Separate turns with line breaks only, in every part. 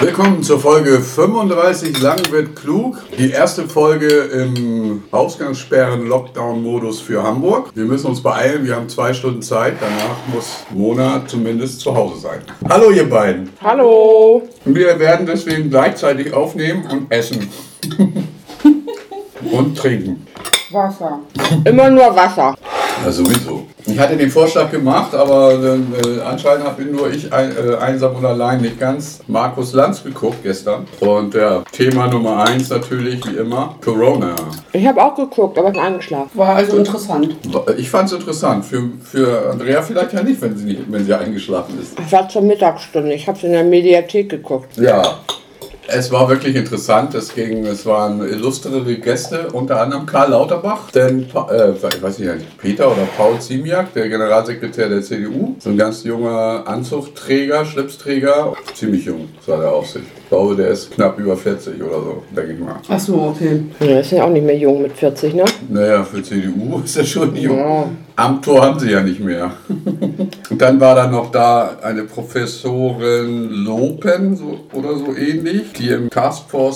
Willkommen zur Folge 35 Lang wird klug. Die erste Folge im Ausgangssperren-Lockdown-Modus für Hamburg. Wir müssen uns beeilen, wir haben zwei Stunden Zeit. Danach muss Mona zumindest zu Hause sein. Hallo ihr beiden.
Hallo!
Wir werden deswegen gleichzeitig aufnehmen und essen. und trinken.
Wasser.
Immer nur Wasser.
Ja, sowieso. Ich hatte den Vorschlag gemacht, aber äh, anscheinend hab- bin nur ich ein, äh, einsam und allein nicht ganz Markus Lanz geguckt gestern. Und ja, Thema Nummer eins natürlich, wie immer, Corona.
Ich habe auch geguckt, aber bin eingeschlafen.
War also interessant.
Ich fand es interessant. Für, für Andrea vielleicht ja nicht, wenn sie, nicht, wenn sie eingeschlafen ist.
Es war zur Mittagsstunde. Ich habe es in der Mediathek geguckt.
Ja. Es war wirklich interessant, es, ging, es waren illustrere Gäste, unter anderem Karl Lauterbach, denn, Pa- äh, ich weiß nicht, Peter oder Paul Ziemiak, der Generalsekretär der CDU, so ein ganz junger Anzugträger, Schlipsträger, ziemlich jung sah der aus. Ich glaube, der ist knapp über 40 oder so, denke ich mal.
Ach so, okay.
Ja, ist ja auch nicht mehr jung mit 40, ne?
Naja, für CDU ist er schon jung.
Ja.
Am Tor haben sie ja nicht mehr. Und dann war da noch da eine Professorin Lopen so, oder so ähnlich, die im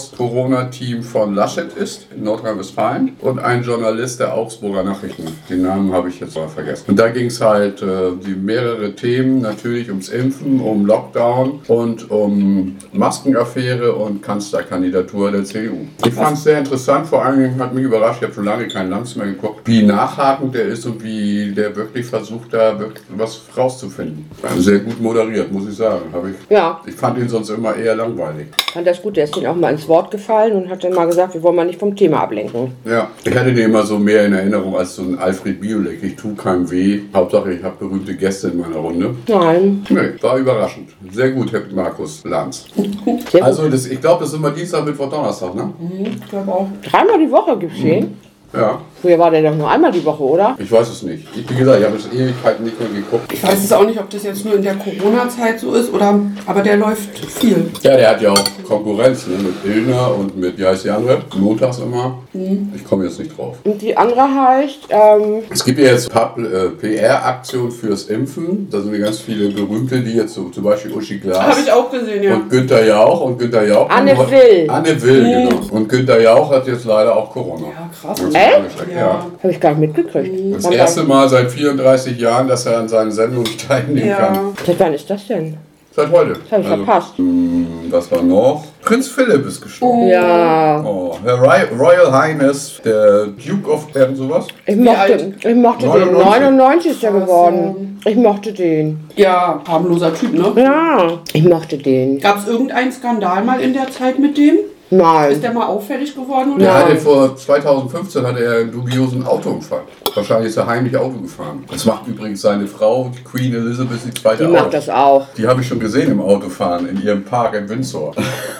Taskforce-Corona-Team von Laschet ist in Nordrhein-Westfalen und ein Journalist der Augsburger Nachrichten. Den Namen habe ich jetzt mal vergessen. Und da ging es halt äh, die mehrere Themen, natürlich ums Impfen, um Lockdown und um Maskenaffäre und Kanzlerkandidatur der CDU. Ich fand es sehr interessant, vor allem hat mich überrascht, ich habe schon lange keinen Lanz mehr geguckt, wie nachhakend der ist und wie der wirklich versucht, da wirklich was rauszufinden. Sehr gut moderiert, muss ich sagen. Hab ich,
Ja,
ich fand ihn sonst immer eher langweilig.
fand das gut. Der ist denen auch mal ins Wort gefallen und hat dann mal gesagt, wir wollen mal nicht vom Thema ablenken.
Ja, ich hatte den immer so mehr in Erinnerung als so ein Alfred Biolek. Ich tue keinem weh. Hauptsache, ich habe berühmte Gäste in meiner Runde.
Nein.
Nee, war überraschend. Sehr gut, Herr Markus Lanz.
Sehr gut.
Also, das, ich glaube, das ist immer Dienstag, Mittwoch, Donnerstag, ne?
Ich glaube auch.
Dreimal die Woche gibt's den.
Ja,
Früher war der doch nur einmal die Woche, oder?
ich weiß es nicht. Ich, wie gesagt, ich habe es Ewigkeiten nicht mehr geguckt.
Ich weiß es auch nicht, ob das jetzt nur in der Corona-Zeit so ist oder. Aber der läuft viel.
Ja, der hat ja auch Konkurrenz, ne? Mit Ilner und mit, wie heißt die andere? Montags immer.
Mhm.
Ich komme jetzt nicht drauf.
Und die andere heißt, ähm,
Es gibt ja jetzt Pub- äh, PR-Aktionen fürs Impfen. Da sind ja ganz viele Berühmte, die jetzt so, zum Beispiel Uschi Glas.
Habe ich auch gesehen, ja.
Und Günther Jauch und Günther Jauch.
Anne Will. Mhm.
Anne Will, genau. Und Günther Jauch hat jetzt leider auch Corona.
Ja, krass.
Hat sich
Echt?
angesteckt, Ja.
habe ich gar nicht mitgekriegt.
Das
Wann-
erste Mal seit 34 Jahren, dass er an seinen Sendungen teilnehmen kann.
Ja.
Seit wann ist das denn?
Seit heute.
Das habe ich verpasst.
mh, Was war noch? Prinz Philipp ist gestorben.
Ja.
Oh, Her Roy- Royal Highness, der Duke of und sowas.
Ich mochte,
alt?
ich mochte den.
99.
99 ist er geworden. Ich mochte den.
Ja, harmloser Typ, ne?
Ja, ich mochte den.
Gab es irgendeinen Skandal mal in der Zeit mit dem? Ist
Nein.
der mal auffällig geworden oder?
Der
Ja.
hatte vor 2015 hatte er einen dubiosen Autounfall. Wahrscheinlich ist er heimlich Auto gefahren. Das macht übrigens seine Frau, die Queen Elizabeth II.
Die
auch.
macht das auch.
Die habe ich schon gesehen im Autofahren in ihrem Park in Windsor.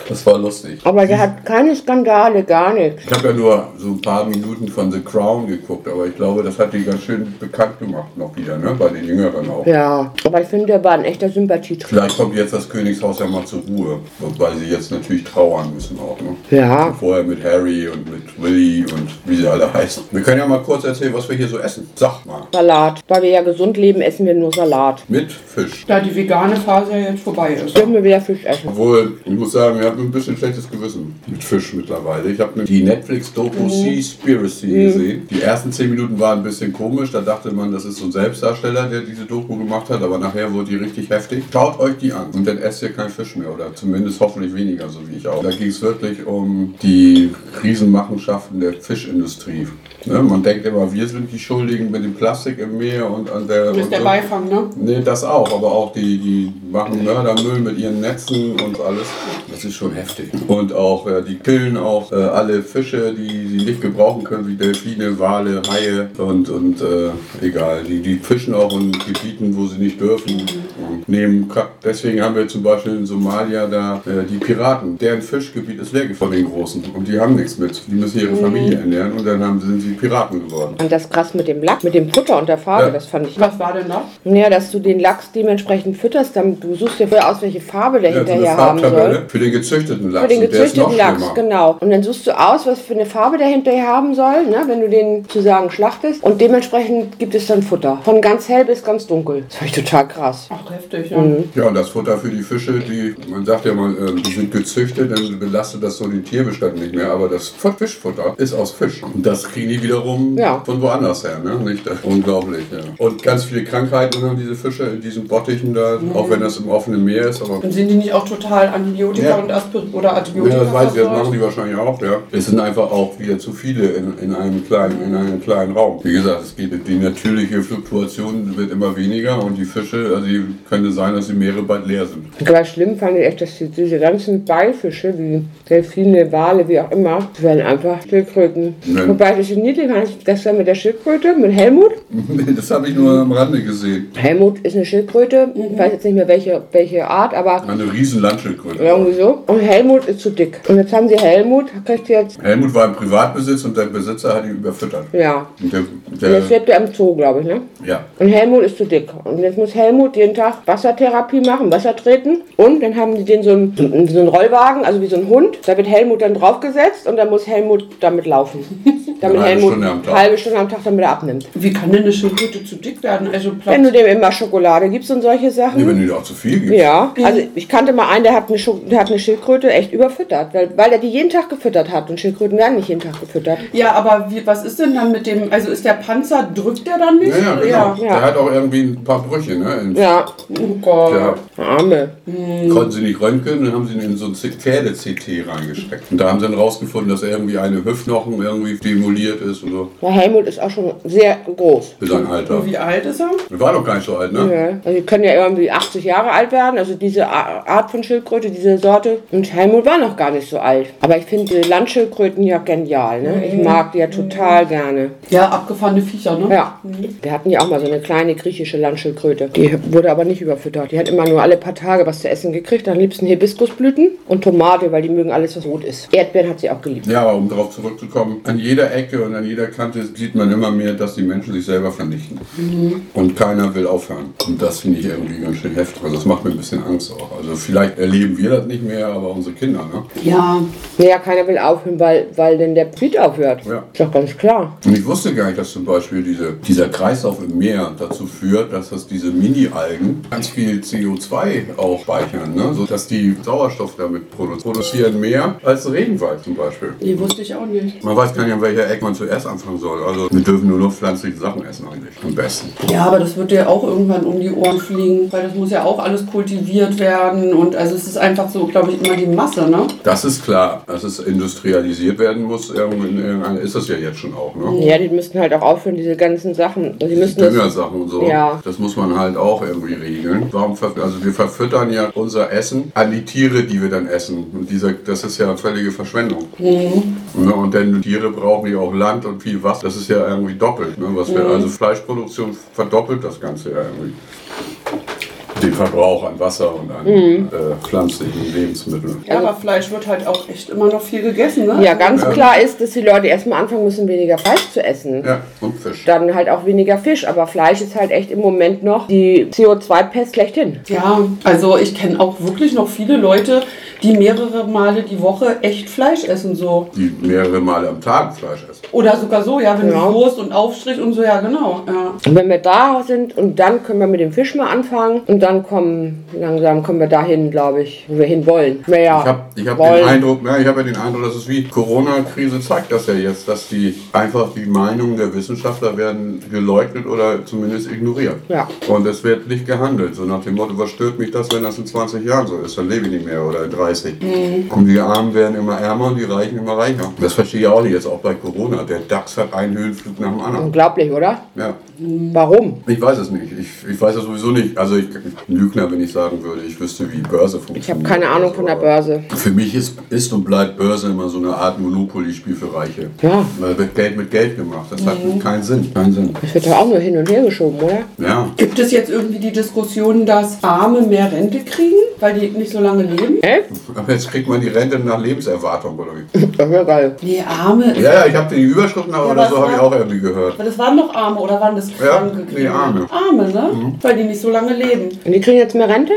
Das war lustig.
Aber der hat keine Skandale, gar nichts.
Ich habe ja nur so ein paar Minuten von The Crown geguckt, aber ich glaube, das hat die ganz schön bekannt gemacht noch wieder, ne? Bei den Jüngeren auch.
Ja, aber ich finde, der war ein echter Sympathieträger.
Vielleicht kommt jetzt das Königshaus ja mal zur Ruhe, wobei sie jetzt natürlich trauern müssen auch, ne?
Ja.
Vorher mit Harry und mit Willy und wie sie alle heißen. Wir können ja mal kurz erzählen, was wir hier so essen. Sag mal.
Salat. Weil wir ja gesund leben, essen wir nur Salat.
Mit Fisch.
Da die vegane Phase ja jetzt vorbei ist.
Dürfen wir wieder Fisch essen.
Obwohl, ich muss sagen, ich habe ein bisschen schlechtes Gewissen mit Fisch mittlerweile. Ich habe die Netflix-Doku Seaspiracy gesehen. Die ersten zehn Minuten waren ein bisschen komisch. Da dachte man, das ist so ein Selbstdarsteller, der diese Doku gemacht hat. Aber nachher wurde die richtig heftig. Schaut euch die an und dann esst ihr keinen Fisch mehr. Oder zumindest hoffentlich weniger, so wie ich auch. Da ging es wirklich um die Riesenmachenschaften der Fischindustrie. Ne? Man denkt immer, wir sind die Schuldigen mit dem Plastik im Meer und an der...
Das ist
und
der
so.
Beifang, ne?
Nee, das auch, aber auch die, die machen Mördermüll mit ihren Netzen und alles. Das ist schon heftig. Und auch, äh, die killen auch äh, alle Fische, die sie nicht gebrauchen können, wie Delfine, Wale, Haie und, und äh, egal. Die, die fischen auch in Gebieten, wo sie nicht dürfen. Und nehmen, Ka- deswegen haben wir zum Beispiel in Somalia da äh, die Piraten. Deren Fischgebiet ist leer von den Großen und die haben nichts mit. Die müssen
Mhm.
ihre Familie ernähren und dann haben, sind sie Piraten geworden.
Und das krass mit dem Lack, mit dem Futter und der Farbe,
Ja.
das fand ich.
Was war denn da?
Ja, dass du den Lachs dementsprechend fütterst, dann du suchst dir vorher aus, welche Farbe der
Ja, so eine
hinterher haben soll.
Farbtabelle für den gezüchteten Lachs.
Für den
und der ist noch
gezüchteten Lachs,
schlimmer.
genau. Und dann suchst du aus, was für eine Farbe der hinterher haben soll, ne, wenn du den zu sagen schlachtest. Und dementsprechend gibt es dann Futter. Von ganz hell bis ganz dunkel. Das fand ich total krass.
Ach, heftig. richtig, ja.
Ja, und das Futter für die Fische, die, man sagt ja mal, ähm, die sind gezüchtet, dann belastet das so den Tierbestand nicht mehr. Aber das Fu- Fischfutter ist aus Fisch. Und das kriegen die wiederum
Ja.
von woanders her, ne? Nicht, äh, unglaublich, ja. Und ganz viele Krankheiten haben diese Fische in diesen Bottichen da, auch wenn das im offenen Meer ist, aber.
Und sind die nicht auch total Antibiotika
Ja.
und Aspir oder Antibiotika?
Ja, das weiß ich, das
versorgt?
machen die wahrscheinlich auch, ja. Es sind einfach auch wieder zu viele in, in, einem kleinen, in einem kleinen Raum. Wie gesagt, es geht, die natürliche Fluktuation wird immer weniger und die Fische, also die, könnte sein, dass die Meere bald leer sind.
Aber schlimm fand ich echt, dass die, diese ganzen Beifische, wie Delfine, Wale, wie auch immer, die werden einfach Schildkröten.
Nein.
Wobei das so niedlich war, ich gestern mit der Schildkröte, mit Helmut.
Nee, das habe ich nur am Rande gesehen.
Helmut ist eine Schildkröte, ich weiß jetzt nicht mehr welche, welche Art, aber
Eine riesen Landschildkröte.
irgendwie so. Und Helmut ist zu dick. Und jetzt haben sie Helmut, kriegt jetzt,
Helmut war im Privatbesitz und der Besitzer hat ihn überfüttert.
ja.
Und der,
Und jetzt
der,
lebt er im Zoo, glaube ich, ne?
ja.
Und Helmut ist zu dick. Und jetzt muss Helmut jeden Tag Wassertherapie machen, Wasser treten. Und dann haben die den so einen, so einen Rollwagen, also wie so ein Hund. Da wird Helmut dann draufgesetzt und dann muss Helmut damit laufen. Damit
Eine halbe
Helmut
Stunde am Tag.
halbe Stunde am Tag, damit er abnimmt.
Wie kann denn eine Schildkröte zu dick werden? Also Platz.
Wenn du dem immer Schokolade gibst und solche
Nee,
Sachen.
wenn du dir auch zu viel gibst.
Ja, also ich kannte mal einen, der hat eine, Scho- der hat eine Schildkröte echt überfüttert, weil, weil er die jeden Tag gefüttert hat und Schildkröten werden nicht jeden Tag gefüttert.
ja, aber wie, was ist denn dann mit dem? Also ist der Panzer, drückt der dann nicht?
Ja, ja, genau.
Ja.
Der hat auch irgendwie ein paar Brüche, ne? In-
Ja,
Oh Gott.
Ja.
Arme.
Konnten sie nicht röntgen, dann haben sie ihn in so ein C- Pferde-CT reingesteckt. Und da haben sie dann rausgefunden, dass er irgendwie eine Hüftknochen irgendwie demoliert ist oder so.
Ja, Helmut ist auch schon sehr groß.
Für sein Alter.
Und Wie alt ist er?
Er war doch gar nicht so alt, ne?
Ja, also die können ja irgendwie 80 Jahre alt werden, also diese A- Art von Schildkröte, diese Sorte. Und Helmut war noch gar nicht so alt. Aber ich finde diese Landschildkröten ja genial, ne? Ich mag die ja total gerne.
Ja, abgefahrene Viecher, ne?
Ja, wir hatten ja auch mal so eine kleine griechische Landschildkröte. Die wurde aber nicht überfüttert. Die hat immer nur alle paar Tage was zu essen gekriegt. Am liebsten Hibiskusblüten und Tomate, weil die mögen alles, was rot ist. Erdbeeren hat sie auch geliebt.
Ja, aber um darauf zurückzukommen, an jeder Ecke und an jeder Kante sieht man immer mehr, dass die Menschen sich selber vernichten. Und keiner will aufhören. Und das finde ich irgendwie ganz schön heftig. Also das macht mir ein bisschen Angst auch. Also vielleicht erleben wir das nicht mehr, aber unsere Kinder, ne?
Ja.
Naja, keiner will aufhören, weil, weil denn der Profit aufhört.
Ja.
Ist doch ganz klar.
Und ich wusste gar nicht, dass zum Beispiel diese, dieser Kreislauf im Meer dazu führt, dass das diese Mini-Algen ganz viel CO2 auch speichern, ne? sodass die Sauerstoff damit produzieren. Produzieren mehr als Regenwald zum Beispiel.
Die wusste ich auch nicht.
Man weiß gar nicht, an welcher Ecke man zuerst anfangen soll. Also wir dürfen nur noch pflanzliche Sachen essen eigentlich. Am besten.
Ja, aber das wird dir auch irgendwann um die Ohren fliegen, weil das muss ja auch alles kultiviert werden. Und also es ist einfach so, glaube ich, immer die Masse, ne?
Das ist klar, dass es industrialisiert werden muss. Irgendwann in irgendeiner- ist das ja jetzt schon auch. Ne?
Ja, die müssten halt auch aufhören, diese ganzen Sachen. Sie müssen das
Düngersachen und so.
Ja.
Das muss man halt auch irgendwie regeln. Warum ver also wir verfüttern ja unser Essen an die Tiere, die wir dann essen. Und dieser, das ist ja völlige Verschwendung.
Mhm.
Ne? Und denn Tiere brauchen ja auch Land und viel Wasser. Das ist ja irgendwie doppelt. Ne? Was
Mhm.
wir, also Fleischproduktion verdoppelt das Ganze ja irgendwie. Den Verbrauch an Wasser und an
Mhm.
äh, pflanzlichen Lebensmitteln.
Ja, aber Fleisch wird halt auch echt immer noch viel gegessen, ne?
Ja, ganz klar ist, dass die Leute erstmal anfangen müssen, weniger Fleisch zu essen.
Ja, und Fisch.
Dann halt auch weniger Fisch, aber Fleisch ist halt echt im Moment noch die CO2-Pest schlechthin.
Ja, also ich kenne auch wirklich noch viele Leute, die mehrere Male die Woche echt Fleisch essen so.
Die mehrere Male am Tag Fleisch essen.
Oder sogar so, ja, wenn
Ja.
du Wurst und Aufstrich und so, ja genau. Ja.
Und wenn wir da sind und dann können wir mit dem Fisch mal anfangen und dann kommen, langsam kommen wir dahin, glaube ich, wo wir hin wollen. Naja,
Ich habe ich hab
wollen.
den Eindruck, ja, ich habe ja den Eindruck, dass es wie Corona-Krise zeigt das ja jetzt, dass die einfach die Meinungen der Wissenschaftler werden geleugnet oder zumindest ignoriert.
Ja.
Und es wird nicht gehandelt. So nach dem Motto, was stört mich das, wenn das in 20 Jahren so ist? Dann lebe ich nicht mehr oder in 30.
Mhm.
Und die Armen werden immer ärmer und die Reichen immer reicher. Das verstehe ich auch nicht jetzt, auch bei Corona. Der DAX hat einen Höhenflug nach dem anderen.
Unglaublich, oder?
Ja.
Warum?
Ich weiß es nicht. Ich, ich weiß es sowieso nicht. Also ich ein Lügner, wenn ich sagen würde, ich wüsste, wie Börse funktioniert. Also,
Ich habe keine Ahnung von der Börse.
Für mich ist, ist und bleibt Börse immer so eine Art Monopoly-Spiel für Reiche.
Ja.
Da wird Geld mit Geld gemacht. Das hat keinen Sinn. Keinen Sinn.
Das wird doch auch nur hin und her geschoben, oder?
Ja.
Gibt es jetzt irgendwie die Diskussion, dass Arme mehr Rente kriegen, weil die nicht so lange leben?
Hä?
Aber jetzt kriegt man die Rente nach Lebenserwartung, oder wie?
Das wäre geil.
Nee, Arme.
Ja, ja, ich habe die Überschriften, aber
Ja,
oder
was
so habe ich
war-
auch irgendwie gehört.
Aber das waren doch Arme oder waren das Kranke?
nee, Arme. Mhm.
Arme, ne? Weil die nicht so lange leben.
Und die kriegen jetzt mehr Rente?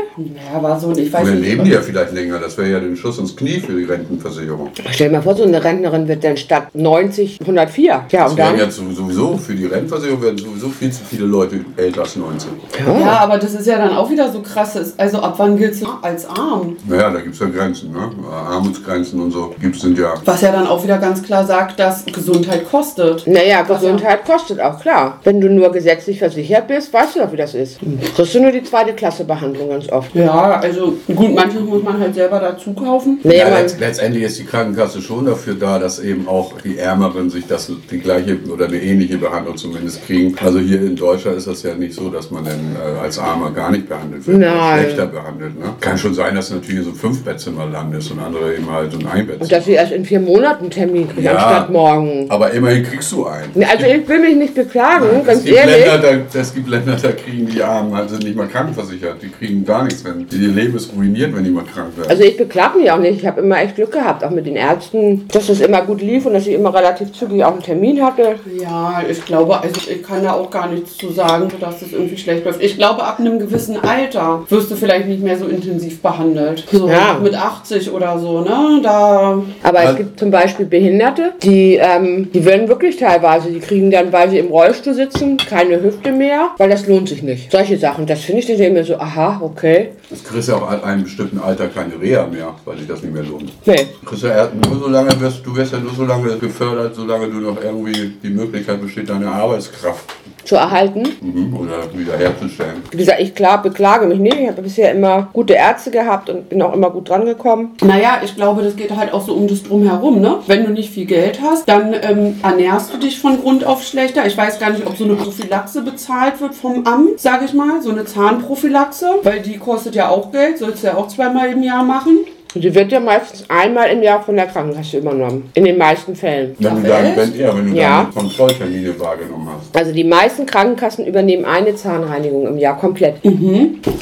Ja, war so und ich weiß
Oder
nicht.
leben die ja vielleicht länger. Das wäre ja den Schuss ins Knie für die Rentenversicherung.
Stell dir mal vor, so eine Rentnerin wird dann statt 90 104. Ja,
Das
und
wären
dann?
jetzt sowieso, für die Rentenversicherung werden sowieso viel zu viele Leute älter als 19.
Ja,
Ja.
aber das ist ja dann auch wieder so krasses. Also ab wann gilt's als arm?
Naja, da gibt es ja Grenzen, ne? Armutsgrenzen und so gibt's sind ja.
Was ja dann auch wieder ganz klar sagt, dass Gesundheit kostet.
Naja, Gesundheit kostet auch, klar. Wenn du nur gesetzlich versichert bist, weißt du doch, wie das ist. Kriegst du nur die zweite Klasse Behandlung ganz oft.
Ja, also gut, manches muss man halt selber dazu kaufen.
Naja,
Ja,
man,
letzt, letztendlich ist die Krankenkasse schon dafür da, dass eben auch die Ärmeren sich das die gleiche oder eine ähnliche Behandlung zumindest kriegen. Also hier in Deutschland ist das ja nicht so, dass man dann äh, als Armer gar nicht behandelt wird, oder
Nein.
schlechter behandelt. Ne? Kann schon sein, dass natürlich so ein Fünfbettzimmer Land ist und andere eben halt so ein
und
Einbettzimmer.
dass sie erst in vier Monaten einen Termin kriegen,
Ja.
anstatt morgen.
Aber immerhin kriegst du einen.
Also ich will mich nicht beklagen,
Es
ganz
gibt,
ehrlich.
Länder, da, es gibt Länder, da kriegen die Armen also nicht mal krankenversichert. Die kriegen gar nichts, wenn die- ihr Leben ist ruiniert, wenn die mal krank werden.
Also ich beklage mich auch nicht. Ich habe immer echt Glück gehabt, auch mit den Ärzten, dass das immer gut lief und dass ich immer relativ zügig auch einen Termin hatte.
Ja, ich glaube, also ich kann da auch gar nichts zu sagen, dass das irgendwie schlecht läuft. Ich glaube, ab einem gewissen Alter wirst du vielleicht nicht mehr so intensiv behandelt. So
Ja.
mit 80 oder so, ne? Da
Aber
Also-
es gibt zum Beispiel Behinderte, die, ähm, die werden wirklich teilweise, die kriegen dann, weil sie im Rollstuhl sitzen, keine Hüfte mehr, weil das lohnt sich nicht. Solche Sachen, das finde ich dann immer so, aha, okay.
Es kriegst ja auch ab einem bestimmten Alter keine Reha mehr, weil sich das nicht mehr lohnt.
Nee.
Chris, ja, nur so lange wirst, du wirst ja nur so lange gefördert, solange du noch irgendwie die Möglichkeit besteht, deine Arbeitskraft
Zu erhalten.
mhm, oder wiederherzustellen.
Wie gesagt, ich klar beklage mich nicht. Ich habe bisher immer gute Ärzte gehabt und bin auch immer gut dran gekommen.
Naja, ich glaube, das geht halt auch so um das Drumherum, ne? Wenn du nicht viel Geld hast, dann ähm, ernährst du dich von Grund auf schlechter. Ich weiß gar nicht, ob so eine Prophylaxe bezahlt wird vom Amt, sage ich mal. So eine Zahnprophylaxe, weil die kostet ja auch Geld, sollst du ja auch zweimal im Jahr machen.
Und sie wird ja meistens einmal im Jahr von der Krankenkasse übernommen. In den meisten Fällen.
Wenn du
Ach,
dann,
echt?
wenn, ja, wenn du
Ja.
deine Kontrolltermine wahrgenommen hast.
Also die meisten Krankenkassen übernehmen eine Zahnreinigung im Jahr komplett.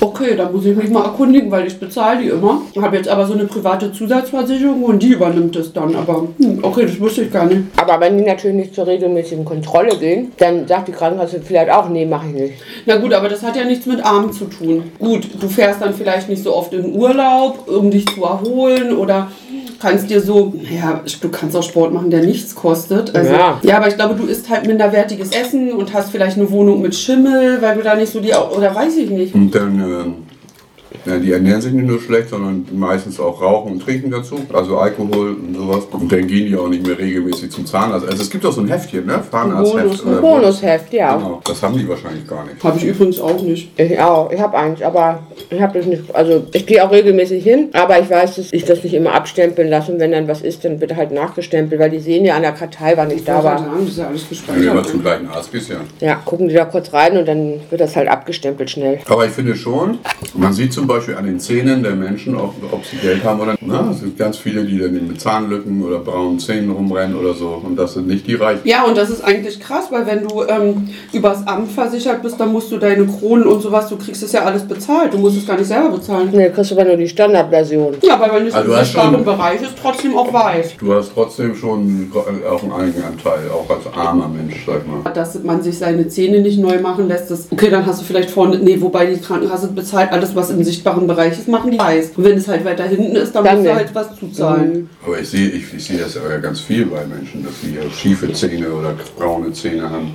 Okay, dann muss ich mich mal erkundigen, weil ich bezahle die immer. Habe jetzt aber so eine private Zusatzversicherung und die übernimmt es dann. Aber hm, okay, das wusste ich gar nicht.
Aber wenn die natürlich nicht zur regelmäßigen Kontrolle gehen, dann sagt die Krankenkasse vielleicht auch, nee, mache ich nicht.
Na gut, aber das hat ja nichts mit Armen zu tun. Gut, du fährst dann vielleicht nicht so oft in Urlaub, um dich zu erholen oder kannst dir so, ja, du kannst auch Sport machen, der nichts kostet. Also,
Ja.
ja. aber ich glaube, du isst halt minderwertiges Essen und hast vielleicht eine Wohnung mit Schimmel, weil du da nicht so die, oder weiß ich nicht.
Und dann, ähm, ja, die ernähren sich nicht nur schlecht, sondern meistens auch rauchen und trinken dazu. Also Alkohol und sowas. Und dann gehen die auch nicht mehr regelmäßig zum Zahnarzt. Also es gibt auch so ein Heftchen, ne? Zahnarztheft.
Bonus, ne?
oder
Bonusheft, ja.
Genau. Das haben die wahrscheinlich gar nicht.
Habe ich übrigens auch nicht.
Ich auch. Ich habe eins, aber ich habe das nicht. Also ich gehe auch regelmäßig hin, aber ich weiß, dass ich das nicht immer abstempeln lasse. Und wenn dann was ist, dann wird halt nachgestempelt, weil die sehen ja an der Kartei, wann ich da war.
das ist halt- ja alles
Wenn du immer
gespeichert. ne?
zum gleichen Arzt gehst, ja.
Ja, gucken die da kurz rein und dann wird das halt abgestempelt schnell.
Aber ich finde schon, man sieht zum Beispiel an den Zähnen der Menschen, ob, ob sie Geld haben oder nicht. Na, Es gibt ganz viele, die dann mit Zahnlücken oder braunen Zähnen rumrennen oder so. Und das sind nicht die Reichen.
Ja, und das ist eigentlich krass, weil wenn du ähm, übers Amt versichert bist, dann musst du deine Kronen und sowas, du kriegst das ja alles bezahlt. Du musst es gar nicht selber bezahlen.
Ne, kriegst du aber nur die Standardversion.
Ja, aber wenn es
Also
also
du
im
hast schon-
sichtbaren Bereich ist, trotzdem auch weiß.
Du hast trotzdem schon auch einen eigenen Anteil, auch als armer Mensch, sag mal.
Dass man sich seine Zähne nicht neu machen lässt, das, okay, dann hast du vielleicht vorne, nee, wobei die Krankenkasse bezahlt alles, was im sichtbaren Bereich ist, machen die weiß. Und wenn es halt weiter hinten ist, dann,
Dann
musst du
nicht.
halt was zuzahlen.
Mhm.
Aber ich sehe ich, ich sehe das ja ganz viel bei Menschen, dass sie ja schiefe Zähne oder braune Zähne haben.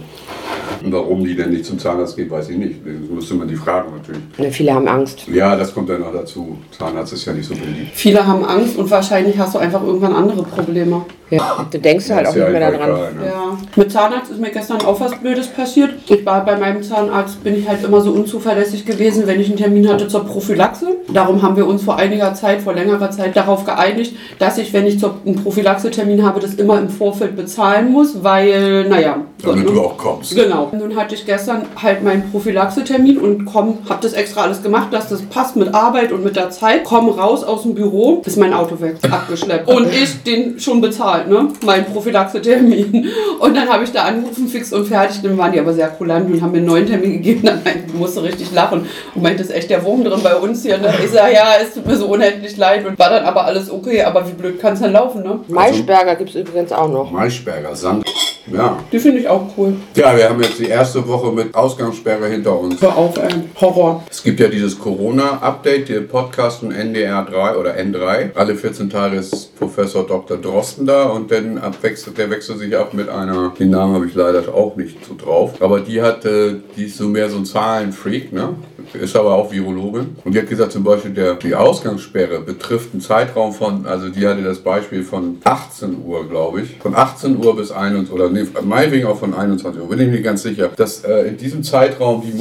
Und warum die denn nicht zum Zahnarzt gehen, weiß ich nicht. Das müsste man die fragen natürlich.
Ne, viele haben Angst.
Ja, das kommt dann noch dazu. Zahnarzt ist ja nicht so beliebt.
Viele haben Angst und wahrscheinlich hast du einfach irgendwann andere Probleme.
Ja, du denkst halt
Das
auch
ist ja
nicht mehr
einfach
daran.
egal, ne?
Ja. Mit Zahnarzt ist mir gestern auch was Blödes passiert. Ich war bei meinem Zahnarzt, bin ich halt immer so unzuverlässig gewesen, wenn ich einen Termin hatte zur Prophylaxe. Darum haben wir uns vor einiger Zeit, vor längerer Zeit darauf geeinigt, dass ich, wenn ich zur, einen Prophylaxetermin habe, das immer im Vorfeld bezahlen muss, weil, naja. so,
Damit
ne?
du auch kommst.
Genau. Nun hatte ich gestern halt meinen Prophylaxetermin und komm, hab das extra alles gemacht, dass das passt mit Arbeit und mit der Zeit. Komm raus aus dem Büro, ist mein Auto weg, abgeschleppt. Und ich den schon bezahlt. bezahlt, ne? Mein Prophylaxetermin. Und dann habe ich da angerufen, fix und fertig. Dann waren die aber sehr kulant und haben mir einen neuen Termin gegeben. Dann meinte ich, musste richtig lachen. Und meinte, das ist echt der Wurm drin bei uns hier. Ne? Ich sage, ja, es tut mir so unendlich leid. Und war dann aber alles okay. Aber wie blöd kann es dann laufen, ne?
Maischberger gibt es übrigens auch noch.
Maischberger Sand. Ja.
Die finde ich auch cool.
ja, wir haben jetzt die erste Woche mit Ausgangssperre hinter uns.
Hör auf, ey. Horror.
Es gibt ja dieses Corona-Update, den Podcast von NDR 3 oder N3. Alle 14 Tage ist Professor Dr. Drosten da und dann ab- wechselt, der wechselt sich ab mit einer, den Namen habe ich leider auch nicht so drauf, aber die hat, äh, die ist so mehr so ein Zahlenfreak, ne? ist aber auch Virologin und die hat gesagt zum Beispiel, der, die Ausgangssperre betrifft einen Zeitraum von, also die hatte das Beispiel von 18 Uhr, glaube ich, von 18 Uhr bis 21 oder nee, meinetwegen auch von 21 Uhr, bin ich mir ganz sicher, dass äh, in diesem Zeitraum die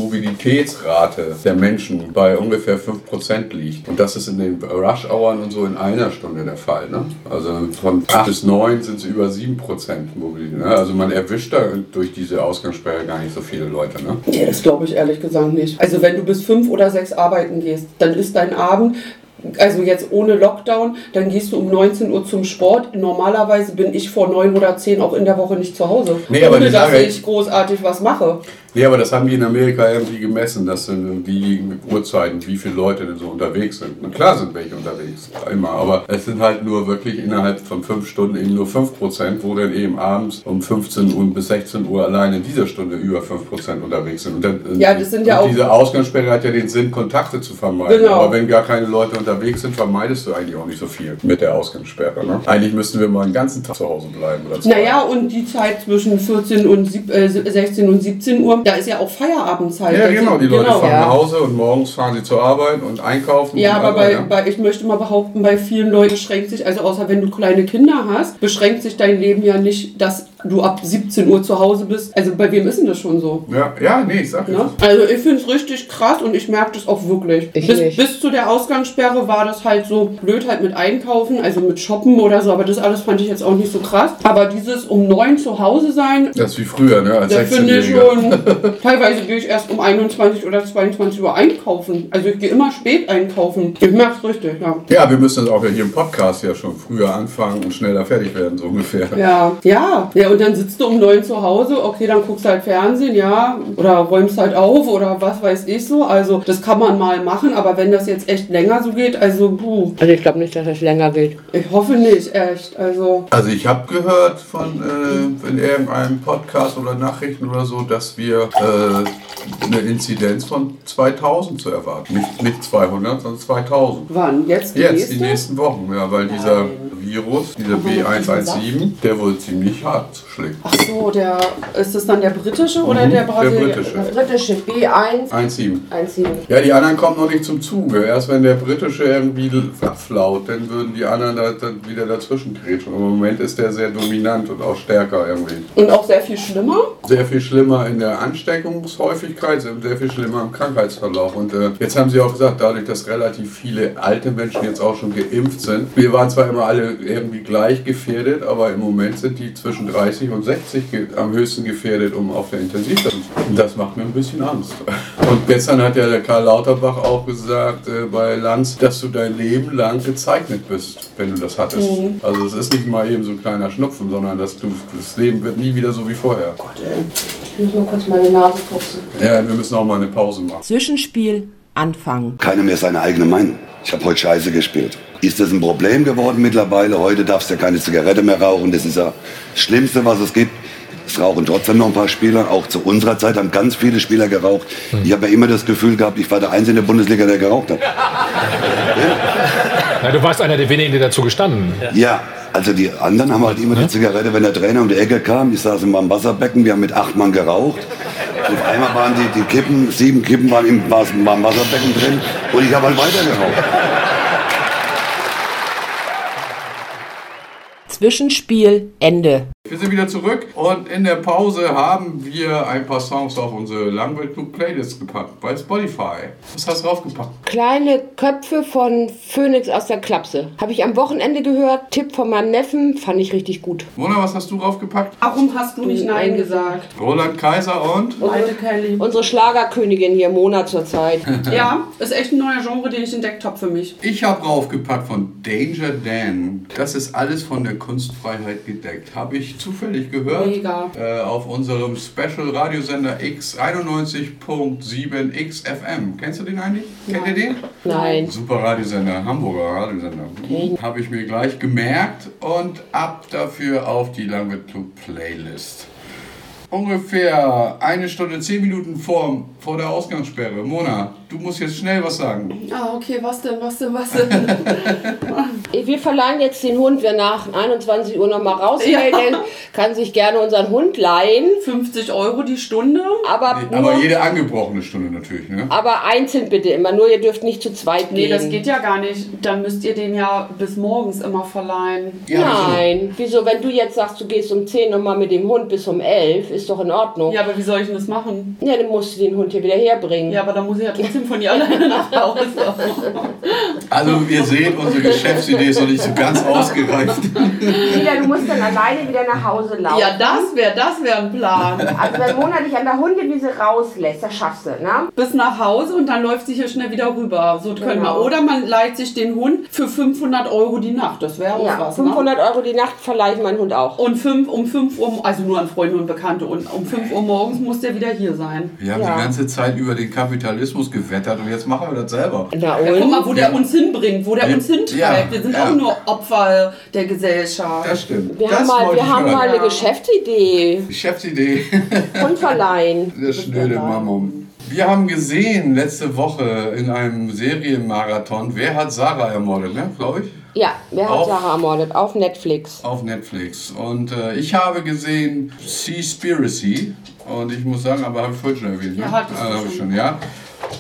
Mobilitätsrate der Menschen bei ungefähr 5% liegt. Und das ist in den Rush-Hours und so in einer Stunde der Fall. Ne? Also von 8 bis 9 sind es über 7% Mobilität. Ne? Also man erwischt da durch diese Ausgangssperre gar nicht so viele Leute. Ne?
Nee, das glaube ich ehrlich gesagt nicht. Also wenn du bis fünf oder sechs arbeiten gehst, dann ist dein Abend, also jetzt ohne Lockdown, dann gehst du um 19 Uhr zum Sport. Normalerweise bin ich vor neun oder zehn auch in der Woche nicht zu Hause.
Nee, aber
ohne
die
dass
Sache-
ich großartig was mache.
Ja, aber das haben die in Amerika irgendwie gemessen, dass sind diejenigen Uhrzeiten, wie viele Leute denn so unterwegs sind. Und klar sind welche unterwegs, immer, aber es sind halt nur wirklich innerhalb von fünf Stunden eben nur 5%, wo dann eben abends um 15 Uhr bis 16 Uhr allein in dieser Stunde über 5% unterwegs sind. Und dann,
Ja, das sind ja
und
auch-
Diese Ausgangssperre hat ja den Sinn, Kontakte zu vermeiden.
Genau.
Aber wenn gar keine Leute unterwegs sind, vermeidest du eigentlich auch nicht so viel mit der Ausgangssperre. Ne? Eigentlich müssten wir mal einen ganzen Tag zu Hause bleiben. Oder zwei.
Naja, und die Zeit zwischen 14 und sieb, äh, 16 und 17 Uhr, da ist ja auch Feierabendzeit.
Ja,
Also Da
genau.
sind-
Die Leute fahren
ja.
nach Hause und morgens fahren sie zur Arbeit und einkaufen.
Ja,
und
aber bei,
ja.
bei, ich möchte mal behaupten, bei vielen Leuten beschränkt sich, also außer wenn du kleine Kinder hast, beschränkt sich dein Leben ja nicht, dass du ab 17 Uhr zu Hause bist. Also bei wem ist denn das schon so?
ja, ja, nee, ich sag
Ne?
ja.
Also ich finde es richtig krass und ich merke das auch wirklich.
Ich
bis,
nicht.
bis zu der Ausgangssperre war das halt so blöd halt mit Einkaufen, also mit Shoppen oder so, aber das alles fand ich jetzt auch nicht so krass. Aber dieses um neun zu Hause sein,
Das ist wie früher, ne? Als
das finde ich
16-Jähriger.
schon. Teilweise gehe ich erst um 21 oder 22 Uhr einkaufen. Also ich gehe immer spät einkaufen. Ich merke es richtig, ja.
Ja, wir müssen das auch ja hier im Podcast ja schon früher anfangen und schneller fertig werden, so ungefähr.
Ja, ja. Ja, und dann sitzt du um neun zu Hause, okay, dann guckst du halt Fernsehen, ja, oder räumst halt auf oder was weiß ich so. Also das kann man mal machen, aber wenn das jetzt echt länger so geht, also puh,
Also ich glaube nicht, dass das länger geht.
ich hoffe nicht, echt. Also.
Also ich habe gehört von äh, in irgendeinem Podcast oder Nachrichten oder so, dass wir äh, eine Inzidenz von 2000 zu erwarten. Nicht, nicht 200, sondern 2000.
Wann? Jetzt die
Jetzt,
nächste?
die nächsten Wochen, ja, weil dieser Virus, dieser
Haben wir das schon
B117, der wohl ziemlich hart schlägt.
Ach so, der, ist das dann der britische oder Mhm, der brasilianische?
britische.
Britische B1,
1,7.
1,7.
Ja, die anderen kommen noch nicht zum Zuge. Erst wenn der britische irgendwie abflaut, dann würden die anderen da, dann wieder dazwischen kriechen. Aber im Moment ist der sehr dominant und auch stärker irgendwie.
Und auch sehr viel schlimmer?
Sehr viel schlimmer in der Ansteckungshäufigkeit, sehr sehr viel schlimmer im Krankheitsverlauf. Und äh, jetzt haben sie auch gesagt, dadurch, dass relativ viele alte Menschen jetzt auch schon geimpft sind, wir waren zwar immer alle irgendwie gleich gefährdet, aber im Moment sind die zwischen 30 und 60 ge- am höchsten gefährdet, um auf der Intensivstation zu sein. Und das macht mir ein bisschen Angst. Und gestern hat ja der Karl Lauterbach auch gesagt äh, bei Lanz, dass du dein Leben lang gezeichnet bist, wenn du das hattest. Also es ist nicht mal eben so ein kleiner Schnupfen, sondern dass du, das Leben wird nie wieder so wie vorher.
Ich muss mal kurz meine Nase putzen.
Ja, wir müssen auch mal eine Pause machen.
Zwischenspiel anfangen.
Keiner mehr seine eigene Meinung. Ich habe heute Scheiße gespielt. Ist das ein Problem geworden mittlerweile? Heute darfst du ja keine Zigarette mehr rauchen. Das ist ja das Schlimmste, was es gibt. Es rauchen trotzdem noch ein paar Spieler. Auch zu unserer Zeit haben ganz viele Spieler geraucht. Ich habe ja immer das Gefühl gehabt, ich war der Einzige in der Bundesliga, der geraucht hat.
Na, du warst einer der wenigen, der dazu gestanden.
Ja, also die anderen haben halt immer die Zigarette, wenn der Trainer um die Ecke kam. Ich saß immer am Wasserbecken, wir haben mit acht Mann geraucht. Und auf einmal waren die, die Kippen, sieben Kippen waren im, waren waren im Wasserbecken drin und ich habe halt weiter geraucht.
Zwischenspiel Ende.
Wir sind wieder zurück und in der Pause haben wir ein paar Songs auf unsere Langweltclub-Playlist gepackt bei Spotify. Was hast du draufgepackt?
Kleine Köpfe von Phoenix aus der Klapse. Habe ich am Wochenende gehört. Tipp von meinem Neffen. Fand ich richtig gut.
Mona, was hast du draufgepackt?
Warum hast du nicht Nein gesagt?
Roland Kaiser und?
Alte Kelly.
Unsere Schlagerkönigin hier, Mona zurzeit.
Ja, ist echt ein neuer Genre, den ich entdeckt habe für mich.
Ich habe draufgepackt von Danger Dan. Das ist alles von der Kunstfreiheit gedeckt. Habe ich zufällig gehört.
Mega.
Äh, auf unserem Special Radiosender X 91.7 XFM. Kennst du den eigentlich? Kennt ihr den?
Nein.
Super Radiosender, Hamburger Radiosender. Habe ich mir gleich gemerkt und ab dafür auf die Langwitz Club Playlist. Ungefähr eine Stunde, zehn Minuten vor, vor der Ausgangssperre. Mona, du musst jetzt schnell was sagen.
Ah, okay, was denn, was denn, was denn?
Wir verleihen jetzt den Hund. Wer nach 21 Uhr nochmal rausmeldet, kann sich gerne unseren Hund leihen.
50 Euro die Stunde?
Aber,
Nee,
nur,
aber jede angebrochene Stunde natürlich, ne?
aber einzeln bitte immer. Nur ihr dürft nicht zu zweit
Nee,
gehen.
das geht ja gar nicht. Dann müsst ihr den ja bis morgens immer verleihen.
Ja, wieso?
Nein. Wieso, wenn du jetzt sagst, du gehst um 10 nochmal mit dem Hund bis um 11, ist doch in Ordnung.
Ja, aber wie soll ich denn das machen?
Ja, dann musst du den Hund hier wieder herbringen.
Ja, aber dann muss ich ja trotzdem von ihr alleine nach Hause.
Also ihr seht, unsere Geschäftsidee ist noch nicht so ganz ausgereift.
Wieder, du musst dann alleine wieder nach Hause laufen.
Ja, das wäre, das wäre ein Plan.
Also wenn Mona dich an der Hundewiese rauslässt, das schaffst du, ne?
Bis nach Hause und dann läuft sie hier schnell wieder rüber. So können
Genau.
wir. Oder man leiht sich den Hund für 500 Euro die Nacht. Das wäre auch
Ja,
was, ne?
500 Euro die Nacht verleihe ich meinen Hund auch.
Und fünf, um 5 Uhr, also nur an Freunde und Bekannte, und um 5 Uhr morgens muss der wieder hier sein.
Wir haben
Ja.
die ganze Zeit über den Kapitalismus gewettert und jetzt machen wir das selber.
Na
Ja, guck mal, wo der
Ja.
uns hinbringt, wo der
Ja.
uns hintreibt. Wir sind
Ja.
auch nur Opfer der Gesellschaft.
Das stimmt.
Wir
das
haben mal,
wollte
wir
ich
haben
hören.
mal eine
Ja.
Geschäftsidee.
Geschäftsidee.
Hund verleihen.
Der schnöde Mammon. Wir haben gesehen letzte Woche in einem Serienmarathon, wer hat Sarah ermordet, ne, glaube ich?
Ja, wer hat
Auf-
Sarah ermordet? Auf Netflix.
Auf Netflix. Und äh, ich habe gesehen Seaspiracy. Und ich muss sagen, aber habe ich vorhin schon erwähnt. Ne?
Ja, hattest du
äh, habe ich
schon.
schon, ja.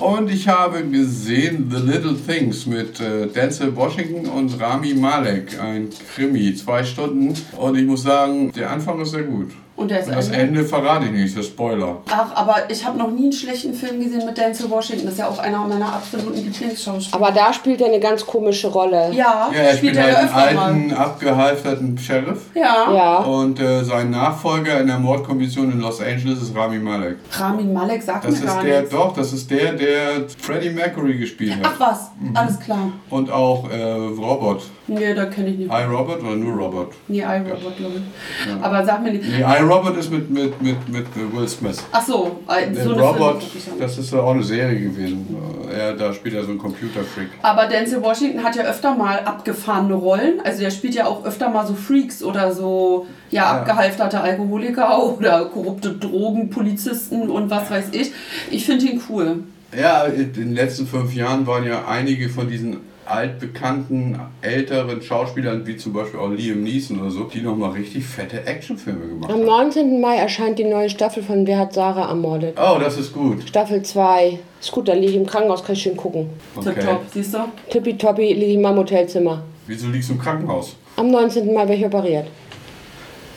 Und ich habe gesehen The Little Things mit äh, Denzel Washington und Rami Malek. Ein Krimi, zwei Stunden. Und ich muss sagen, der Anfang ist sehr gut.
Und der ist
Das
ein-
Ende verrate ich nicht, das ist Spoiler.
Ach, aber ich habe noch nie einen schlechten Film gesehen mit Denzel Washington. Das ist ja auch einer meiner absoluten Lieblingsschauspieler.
Aber da spielt er eine ganz komische Rolle.
Ja,
Ja, er spielt
er
halt
ja
einen
öfter
alten,
mal.
abgehalfterten Sheriff.
Ja.
Ja.
Und äh, sein Nachfolger in der Mordkommission in Los Angeles ist Rami Malek.
Ramin Malek sagt
Das
mir
ist
gar
der,
nichts.
doch, das ist der, der Freddie Mercury gespielt
Ach
hat.
was,
Mhm.
alles klar.
Und auch äh, Robert.
Nee, da kenne ich nicht.
I Robert oder nur Robert?
Nee, iRobot, glaube ich. Aber sag mir nicht.
Nee, I Robert ist mit, mit, mit, mit Will Smith.
Ach so, äh,
Der
so eine
Robert,
Filme guck ich an.
das ist ja auch eine Serie gewesen. Er, da spielt er so einen Computerfreak.
aber Denzel Washington hat ja öfter mal abgefahrene Rollen. Also der spielt ja auch öfter mal so Freaks oder so ja, abgehalfterte Alkoholiker oder korrupte Drogenpolizisten und was weiß ich. Ich finde ihn cool.
Ja, in den letzten fünf Jahren waren ja einige von diesen altbekannten, älteren Schauspielern, wie zum Beispiel auch Liam Neeson oder so, die nochmal richtig fette Actionfilme gemacht
Am
haben.
19. Mai erscheint die neue Staffel von Wer hat Sarah ermordet?
Oh, das ist gut.
Staffel 2. Ist gut, da liege ich im Krankenhaus, kann ich schön gucken.
Okay.
Tipptopp, siehst du?
Tippitoppi liege ich in meinem Hotelzimmer.
Wieso liegst du im Krankenhaus?
Am 19. Mai werde ich operiert.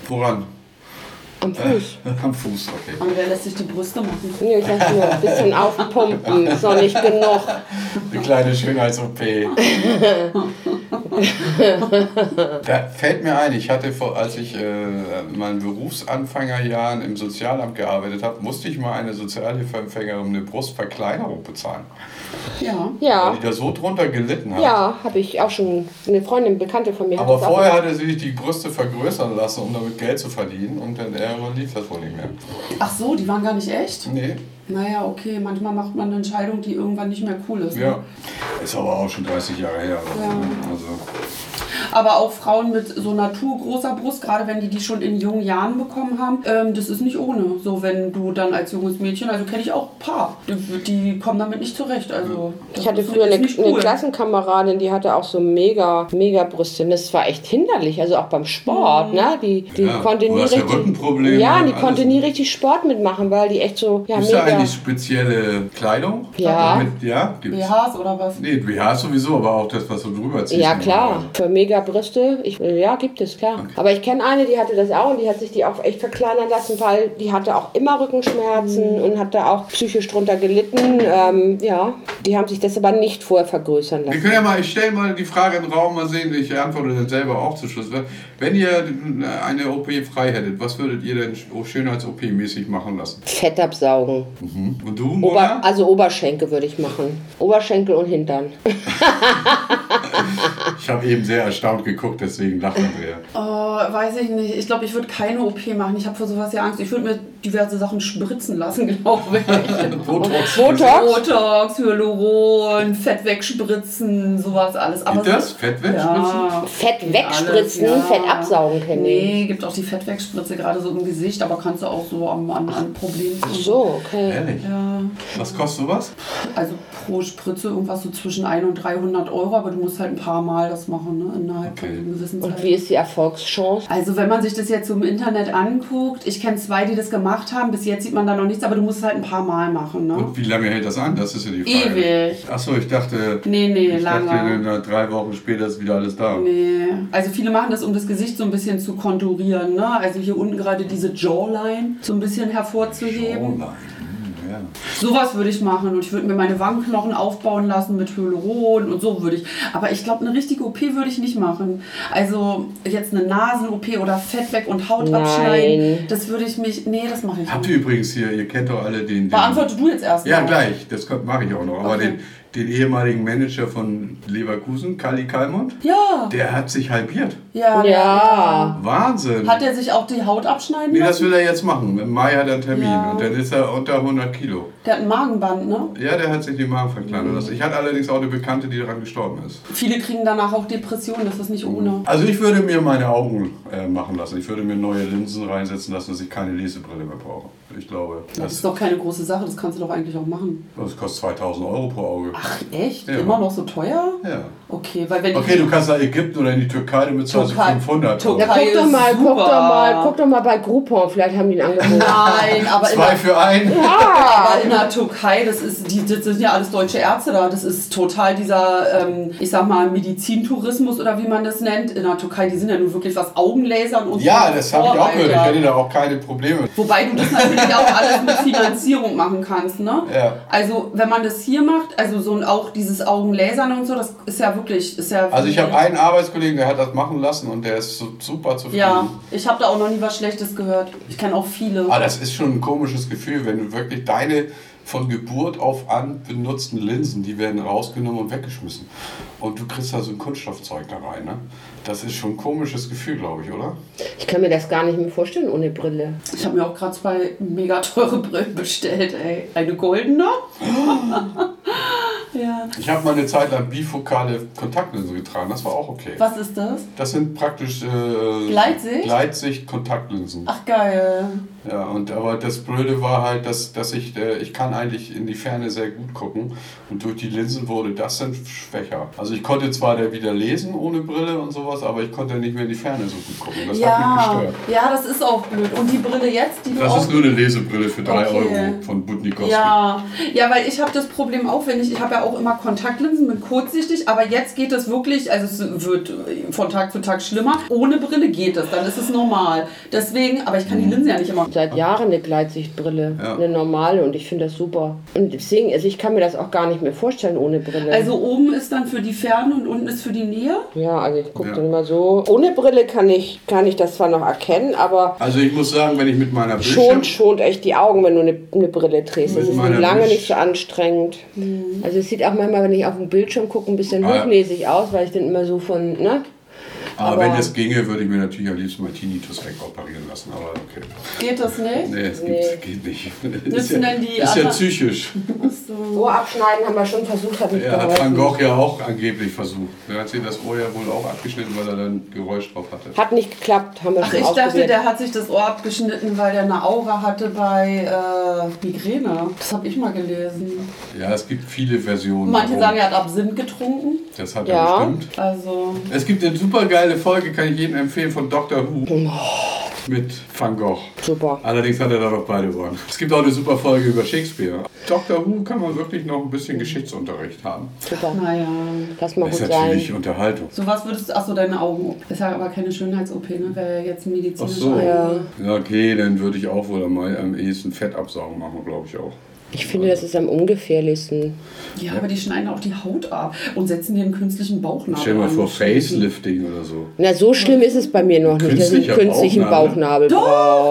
Woran? Äh.
Am Fuß.
Am Fuß, okay.
Und wer lässt sich die Brüste machen?
Nee, ich lasse nur ein bisschen aufpumpen. Ist noch nicht genug.
Eine kleine Schönheits-OP. da fällt mir ein, ich hatte, vor, als ich äh, in meinen Berufsanfängerjahren im Sozialamt gearbeitet habe, musste ich mal eine Sozialhilfeempfängerin eine Brustverkleinerung bezahlen.
Ja.
Weil
Ja.
die da so drunter gelitten hat.
Ja, habe ich auch schon. Eine Freundin, Bekannte von mir hat
Aber
das auch
vorher hatte sie sich die Brüste vergrößern lassen, um damit Geld zu verdienen. Und dann irgendwann lief das wohl nicht mehr.
Ach so, die waren gar nicht echt?
Nee,
Naja, okay, manchmal macht man eine Entscheidung, die irgendwann nicht mehr cool ist. ne?
ja. Ist aber auch schon 30 Jahre her. oder so, ne? Also,
Aber auch Frauen mit so naturgroßer Brust, gerade wenn die die schon in jungen Jahren bekommen haben, ähm, das ist nicht ohne. So, wenn du dann als junges Mädchen, also kenne ich auch ein paar, die, die kommen damit nicht zurecht. Also, das
Ich hatte
ist-
früher
ist
eine,
nicht
eine
cool.
Klassenkameradin, die hatte auch so mega, mega Brüste. Und das war echt hinderlich, also auch beim
Mhm.
Sport, ne? Die, die
Ja,
konnte
du
nie
hast ja
richtig.
Rückenprobleme
ja,
und
die
alles.
konnte nie richtig Sport mitmachen, weil die echt so, ja,
Gibt es da
mega.
eigentlich spezielle Kleidung?
Ja.
Damit, ja, gibt's.
BHs oder was?
Nee, BH sowieso, aber auch das, was du drüber ziehst.
Ja, klar. Für mega Abrisse, ich, äh, ja, gibt es, klar. Aber ich kenne eine, die hatte das auch und die hat sich die auch echt verkleinern lassen, weil die hatte auch immer Rückenschmerzen
Mhm.
und hat da auch psychisch drunter gelitten. Ähm, ja, die haben sich das aber nicht vorher vergrößern
Wir
lassen.
können ja mal, ich stelle mal die Frage im Raum, mal sehen, ich antworte dann selber auch zum Schluss. Wenn ihr eine OP frei hättet, was würdet ihr denn Schönheits-OP-mäßig machen lassen?
Fett absaugen. Mhm.
Und du,
Ober,
Mona?
also Oberschenkel würde ich machen. Oberschenkel und Hintern.
Ich habe eben sehr erstaunt geguckt, deswegen lacht Andrea.
Oh, weiß ich nicht. Ich glaube, ich würde keine OP machen. Ich habe vor sowas ja Angst. Ich würde mir diverse Sachen spritzen lassen, glaube ich.
Botox.
Botox?
Botox, Hyaluron, Fett wegspritzen, sowas alles. Aber
Geht das? Fett wegspritzen?
Ja.
Fett
Alles,
wegspritzen,
ja.
Fett absaugen können.
Nee, gibt auch die Fettwegspritze gerade so im Gesicht, aber kannst du auch so am, an, an Problemen.
Ach so, okay.
Ehrlich?
Ja,
Was kostet sowas?
also pro Spritze irgendwas so zwischen 1 und 300 Euro, aber du musst halt ein paar Mal das machen, ne? innerhalb von
Okay.
einem gewissen
Und wie ist die Erfolgschance?
Also wenn man sich das jetzt so im Internet anguckt, ich kenne zwei, die das gemacht haben, bis jetzt sieht man da noch nichts, aber du musst es halt ein paar Mal machen, ne?
Und wie lange hält das an? Das ist ja die Frage.
Ewig.
Achso, ich dachte,
Nee, nee,
ich
lange.
dachte na, drei Wochen später ist wieder alles da.
Nee. Also viele machen das, um das Gesicht so ein bisschen zu konturieren, ne? Also hier unten gerade diese Jawline so ein bisschen hervorzuheben.
Online. Oh Hm, Ja.
Sowas würde ich machen und ich würde mir meine Wangenknochen aufbauen lassen mit Hyaluron und so würde ich. Aber ich glaube, eine richtige OP würde ich nicht machen. Also jetzt eine Nasen-OP oder Fett weg und Haut
Nein.
abschneiden, das würde ich mich, nee, das mache ich
Habt
nicht.
ihr übrigens hier, ihr kennt doch alle den. den
Beantworte du jetzt erst
Ja,
mal.
gleich, das mache ich auch noch. Aber
Okay.
den, den ehemaligen Manager von Leverkusen, Kali Kalmund,
Ja,
der hat sich halbiert.
ja,
Ja.
Wahnsinn.
Hat er sich auch die Haut abschneiden
nee, das
lassen?
will er jetzt machen. Im Mai hat er einen Termin
Ja.
und dann ist er unter 100 Kilo.
Der hat ein Magenband, ne?
Ja, der hat sich den Magen
Mhm.
verkleinern lassen. Ich hatte allerdings auch eine Bekannte, die daran gestorben ist.
Viele kriegen danach auch Depressionen, das ist nicht ohne.
Also ich würde mir meine Augen äh, machen lassen. Ich würde mir neue Linsen reinsetzen lassen, dass ich keine Lesebrille mehr brauche. Ich glaube,
Das
das,
ist doch keine große Sache, das kannst du doch eigentlich auch machen.
das kostet 2000 Euro pro Auge.
Ach, echt?
Ja.
Immer noch so teuer?
Ja.
Okay, weil wenn
Okay, du kannst nach Ägypten oder in die Türkei, du bezahlst
Türkei-
500
Ja,
Euro.
Türkei.
guck doch mal,
Super.
guck doch mal, guck doch mal bei Groupon, vielleicht haben die ein Angebot.
Nein, aber in,
Zwei
der,
für einen.
aber in der Türkei, das, ist, die, das sind ja alles deutsche Ärzte da. Das ist total dieser, ähm, ich sag mal, Medizintourismus oder wie man das nennt. In der Türkei, die sind ja nun wirklich was Augenlasern und so.
Ja, das habe
Oh
ich auch gehört. Ich
Vorreiter.
hätte da auch keine Probleme.
Wobei du das natürlich auch alles mit Finanzierung machen kannst, ne?
Ja.
Also wenn man das hier macht, also so ein, auch dieses Augenlasern und so, das ist ja wirklich, ist ja.
Also ich habe einen Arbeitskollegen, der hat das machen lassen und der ist so super zufrieden.
Ja, ich habe da auch noch nie was Schlechtes gehört. Ich kenne auch viele.
Aber Ah, das ist schon ein komisches Gefühl, wenn du wirklich deine von Geburt auf an benutzten Linsen, die werden rausgenommen und weggeschmissen. Und du kriegst da so ein Kunststoffzeug da rein. Ne? Das ist schon ein komisches Gefühl, glaube ich, oder?
Ich kann mir das gar nicht mehr vorstellen ohne Brille.
Ich habe mir auch gerade zwei mega teure Brillen bestellt, ey. Eine goldene. ja.
Ich habe mal eine Zeit lang bifokale Kontaktlinsen getragen, das war auch okay.
Was ist das?
Das sind praktisch äh,
Gleitsicht?
Gleitsicht-Kontaktlinsen.
Ach geil.
Ja, und aber das Blöde war halt, dass, dass ich, äh, ich kann eigentlich in die Ferne sehr gut gucken und durch die Linsen wurde das dann schwächer. Also ich konnte zwar da wieder lesen ohne Brille und sowas, aber ich konnte nicht mehr in die Ferne so gut gucken. Das hat mich
ja.
gestört.
Ja, das ist auch blöd. Und die Brille jetzt, die du
Das
auch
ist nur eine Lesebrille für 3
Okay.
Euro von Budnikowski.
Ja, ja, weil ich habe das Problem auch, wenn ich, ich habe ja auch immer Kontaktlinsen, bin kurzsichtig, aber jetzt geht es wirklich, also es wird von Tag zu Tag schlimmer. Ohne Brille geht es, dann ist es normal. Deswegen, aber ich kann
Mhm.
die Linsen ja nicht immer.
Seit Jahren eine Gleitsichtbrille,
Ah. Ja.
eine normale und ich finde das super. Und deswegen, also ich kann mir das auch gar nicht mehr vorstellen ohne Brille.
Also oben ist dann für die Ferne und unten ist für die Nähe.
ja, also ich gucke
Ja.
dann immer so. Ohne Brille kann ich, kann ich das zwar noch erkennen, aber
Also ich muss sagen, wenn ich mit meiner Bildschirm...
schon schont echt die Augen, wenn du eine, eine Brille trägst.
Mit
Das ist
meiner
lange
Bildsch-
nicht so anstrengend. Also es sieht auch manchmal, wenn ich auf den Bildschirm gucke, ein bisschen
Ah, ja.
hochnäsig aus, weil ich dann immer so von, ne?
aber wenn
aber-
es ginge, würde ich mir natürlich am liebsten mal Tinnitus wegoperieren lassen, aber okay.
Geht das nicht?
Nee, es
Nee.
Gibt, geht nicht. ist
Nützen
ja,
denn die
ist ja
anderen-
psychisch.
Ohr abschneiden haben wir schon versucht, hat nicht
Er hat Van
geholfen.
Gogh ja auch angeblich versucht. Er hat sich das Ohr ja wohl auch abgeschnitten, weil er dann Geräusch drauf hatte.
Hat nicht geklappt, haben wir
Ach,
schon
ich dachte,
ausprobiert.
der hat sich das Ohr abgeschnitten, weil der eine Aura hatte bei äh, Migräne. Das habe ich mal gelesen.
Ja, es gibt viele Versionen.
Manche
warum.
sagen, er hat Absinth getrunken.
Das hat
Ja.
er bestimmt.
Also,
Es gibt eine super geile Folge, kann ich jedem empfehlen, von Dr. Who. mit Van Gogh.
Oh. Super.
Allerdings hat er da noch beide Ohren. Es gibt auch eine super Folge über Shakespeare. Dr. Who kann man wirklich noch ein bisschen Geschichtsunterricht haben.
Super.
Naja.
Lass mal
Das
gut
ist natürlich
sein.
Unterhaltung.
So was würdest du, achso, deine Augen. Ist ja aber keine Schönheits-OP, ne? Wäre jetzt ein
Ach
medizinischer.
so.
Ja.
Ja, okay, dann würde ich auch wohl am am ehesten Fettabsaugen machen, glaube ich auch.
Ich finde, das ist am ungefährlichsten.
Ja, aber die schneiden auch die Haut ab und setzen dir einen künstlichen Bauchnabel
Stell dir mal
an.
vor, Facelifting oder so.
Na, so schlimm ist es bei mir noch nicht, dass ich
Künstlicher
einen künstlichen
Bauchnabel.
Bauchnabel
Doch,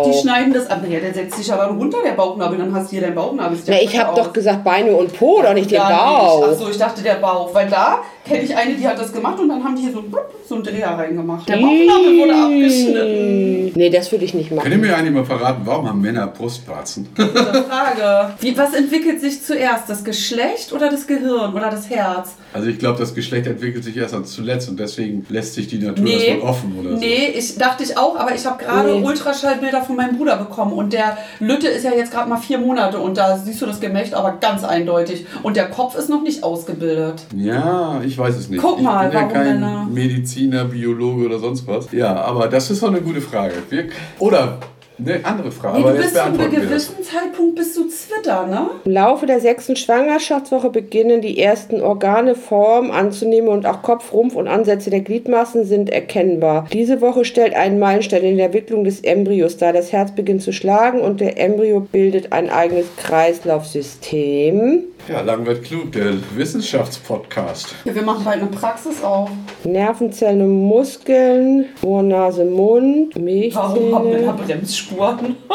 die
brauche.
schneiden das ab. Naja, der setzt sich aber runter, der Bauchnabel. Dann hast du hier deinen Bauchnabel.
Na, ich habe doch gesagt Beine und Po, doch nicht den Bauch.
Achso, ich dachte der Bauch. Weil da kenne ich eine, die hat das gemacht und dann haben die hier so, einen Brupp, so einen Dreher reingemacht. Der Bauchnabel wurde abgeschnitten.
Nee, das würde ich nicht
Könnt
machen.
ihr mir eigentlich mal verraten, warum haben Männer Brustwarzen?
Gute Frage. Wie, was entwickelt sich zuerst? Das Geschlecht oder das Gehirn oder das Herz?
Also ich glaube, das Geschlecht entwickelt sich erst als zuletzt und deswegen lässt sich die Natur das wohl offen oder so.
nee, ich dachte ich auch, aber ich habe gerade Ultraschallbilder von meinem Bruder bekommen und der Lütte ist ja jetzt gerade mal vier Monate und da siehst du das Gemächt aber ganz eindeutig und der Kopf ist noch nicht ausgebildet.
Ja, ich weiß es nicht.
Guck mal,
ich bin ja
warum
kein
Männer-
Mediziner, Biologe oder sonst was. Ja, aber das ist doch eine gute Frage. Wir, oder eine andere Frage,
Nee,
aber
du
jetzt
bist zu einem
beantworten wir das.
gewissen Zeitpunkt bist du Zwitter, ne?
Im Laufe der sechsten Schwangerschaftswoche beginnen die ersten Organe Form anzunehmen und auch Kopf, Rumpf und Ansätze der Gliedmaßen sind erkennbar. Diese Woche stellt einen Meilenstein in der Entwicklung des Embryos dar. Das Herz beginnt zu schlagen und der Embryo bildet ein eigenes Kreislaufsystem.
Ja, Lang wird klug, der Wissenschaftspodcast.
Ja, wir machen bald eine Praxis auf.
Nervenzellen und Muskeln, Ohr, Nase, Mund,
Warum haben wir da
Milchzähne.
Bremsspuren?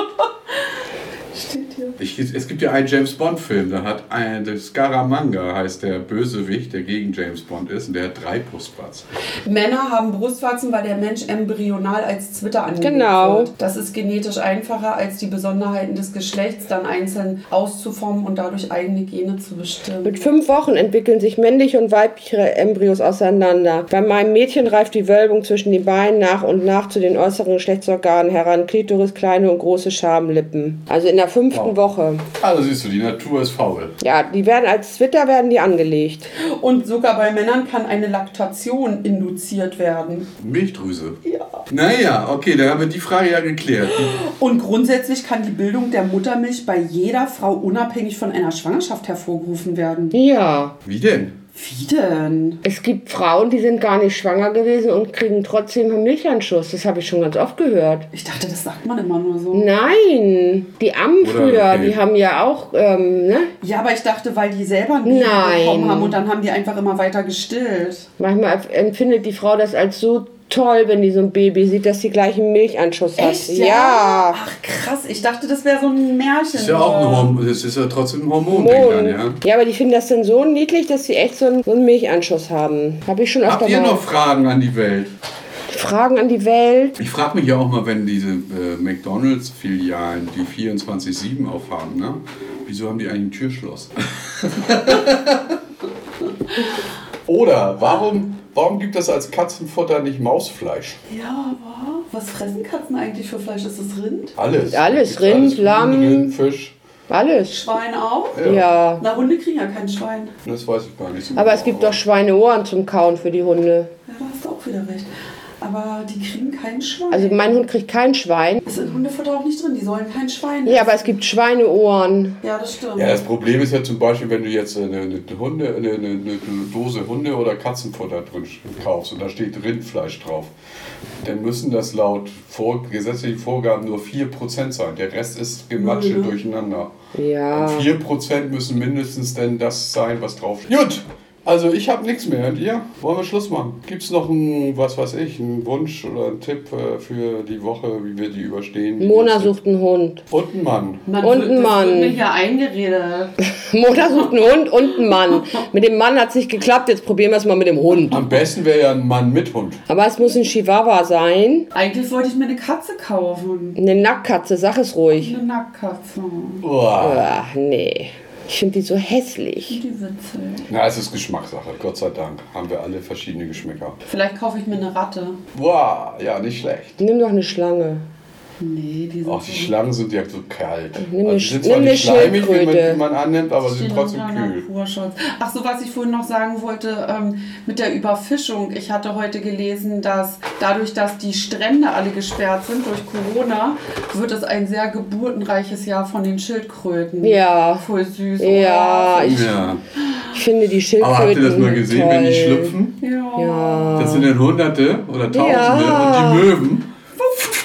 Steht hier.
Ich, es gibt ja einen James Bond-Film, da hat ein der Scaramanga, heißt der Bösewicht, der gegen James Bond ist, und der hat drei Brustwarzen.
Männer haben Brustwarzen, weil der Mensch embryonal als Zwitter angelegt
Genau.
wird. Das ist genetisch einfacher, als die Besonderheiten des Geschlechts dann einzeln auszuformen und dadurch eigene Gene zu bestimmen.
Mit fünf Wochen entwickeln sich männliche und weibliche Embryos auseinander. Bei meinem Mädchen reift die Wölbung zwischen den Beinen nach und nach zu den äußeren Geschlechtsorganen heran. Klitoris, kleine und große Schamlippen. Also in der fünften Woche.
Also siehst du, die Natur ist faul.
Ja, die werden als Zwitter werden die angelegt.
Und sogar bei Männern kann eine Laktation induziert werden.
Milchdrüse. Ja. Naja, okay, dann haben wir die Frage ja geklärt.
Und grundsätzlich kann die Bildung der Muttermilch bei jeder Frau unabhängig von einer Schwangerschaft hervorgerufen werden.
Ja.
Wie denn?
Wie denn?
Es gibt Frauen, die sind gar nicht schwanger gewesen und kriegen trotzdem einen Milchanschuss. Das habe ich schon ganz oft gehört.
Ich dachte, das sagt man immer nur so.
Nein, die Ammen
Oder-
früher,
okay.
die haben ja auch, ähm, ne?
Ja, aber ich dachte, weil die selber einen Baby
Nein.
bekommen haben und dann haben die einfach immer weiter gestillt.
Manchmal erf- empfindet die Frau das als so toll, wenn die so ein Baby sieht, dass sie gleich einen Milchanschuss hat.
Echt?
ja.
Ach krass, ich dachte, das wäre so ein Märchen.
Ist ja auch
Genau.
ein Hormon, das ist ja trotzdem ein Hormon, denkt dann, ja.
ja. aber die finden das dann so niedlich, dass sie echt so einen, so einen Milchanschuss haben. Habe ich schon öfter
Habt ihr
mal.
noch Fragen an die Welt?
Fragen an die Welt?
Ich frage mich ja auch mal, wenn diese äh, McDonalds-Filialen, die 24-7 aufhaben, ne? wieso haben die eigentlich ein Türschloss? Oder warum, warum gibt es als Katzenfutter nicht Mausfleisch?
Ja, aber was fressen Katzen eigentlich für Fleisch? Ist es Rind?
Alles.
Alles,
Gibt's
Rind,
Huhn,
Lamm.
Rind, Fisch.
Alles.
Schwein auch?
Ja.
Ja.
Na, Hunde kriegen ja kein Schwein.
Das weiß ich gar nicht so
Aber
genau,
es gibt doch Schweineohren zum Kauen für die Hunde.
Ja, da hast du auch wieder recht. Aber die kriegen kein Schwein.
Also mein Hund kriegt kein Schwein.
ist in Hundefutter auch nicht drin, die sollen kein Schwein
Ja, aber es
essen.
gibt Schweineohren.
Ja, das stimmt.
Ja, das Problem ist ja zum Beispiel, wenn du jetzt eine, eine, Hunde, eine, eine, eine Dose Hunde- oder Katzenfutter drin kaufst und da steht Rindfleisch drauf, dann müssen das laut vor, gesetzlichen Vorgaben nur 4% sein. Der Rest ist gematsche durcheinander.
Mhm. Ja.
Und 4% müssen mindestens denn das sein, was draufsteht. Gut! Also ich habe nichts mehr. Und ihr? Wollen wir Schluss machen? Gibt es noch einen, was weiß ich, einen Wunsch oder einen Tipp äh, für die Woche, wie wir die überstehen?
Mona sucht einen Hund.
Und einen Mann.
Man
Und
wird-
ein
das
Mann.
wird mir hier eingeredet.
Mona sucht einen Hund und einen Mann. Mit dem Mann hat es nicht geklappt, jetzt probieren wir es mal mit dem Hund.
Am besten wäre ja ein Mann mit Hund.
Aber es muss ein Chihuahua sein.
Eigentlich wollte ich mir eine Katze kaufen.
Eine Nacktkatze, sag es ruhig.
Eine Nacktkatze.
Uah.
Ach, nee. Ich finde die so hässlich.
Die witzig.
Na, es ist Geschmackssache, Gott sei Dank. Haben wir alle verschiedene Geschmäcker.
Vielleicht kaufe ich mir eine Ratte.
Wow, ja, nicht schlecht.
Nimm doch eine Schlange.
Nee, die sind
Auch die Schlangen sind ja so kalt.
Nimm
Also
eine
die sind
Sch-
zwar
nimm eine
nicht schleimig, wie man,
Schildkröte.
wie man annimmt, aber sind
Stehen
trotzdem
unter einer
kühl.
Naturschutz. Ach so, was ich vorhin noch sagen wollte ähm, mit der Überfischung. Ich hatte heute gelesen, dass dadurch, dass die Strände alle gesperrt sind durch Corona, wird es ein sehr geburtenreiches Jahr von den Schildkröten.
Ja.
Voll süß.
Ja,
oder?
ich
Ja.
finde die Schildkröten
Aber habt ihr das mal gesehen,
toll.
wenn die schlüpfen?
Ja.
Das sind dann Hunderte oder Tausende.
Ja.
Und die Möwen,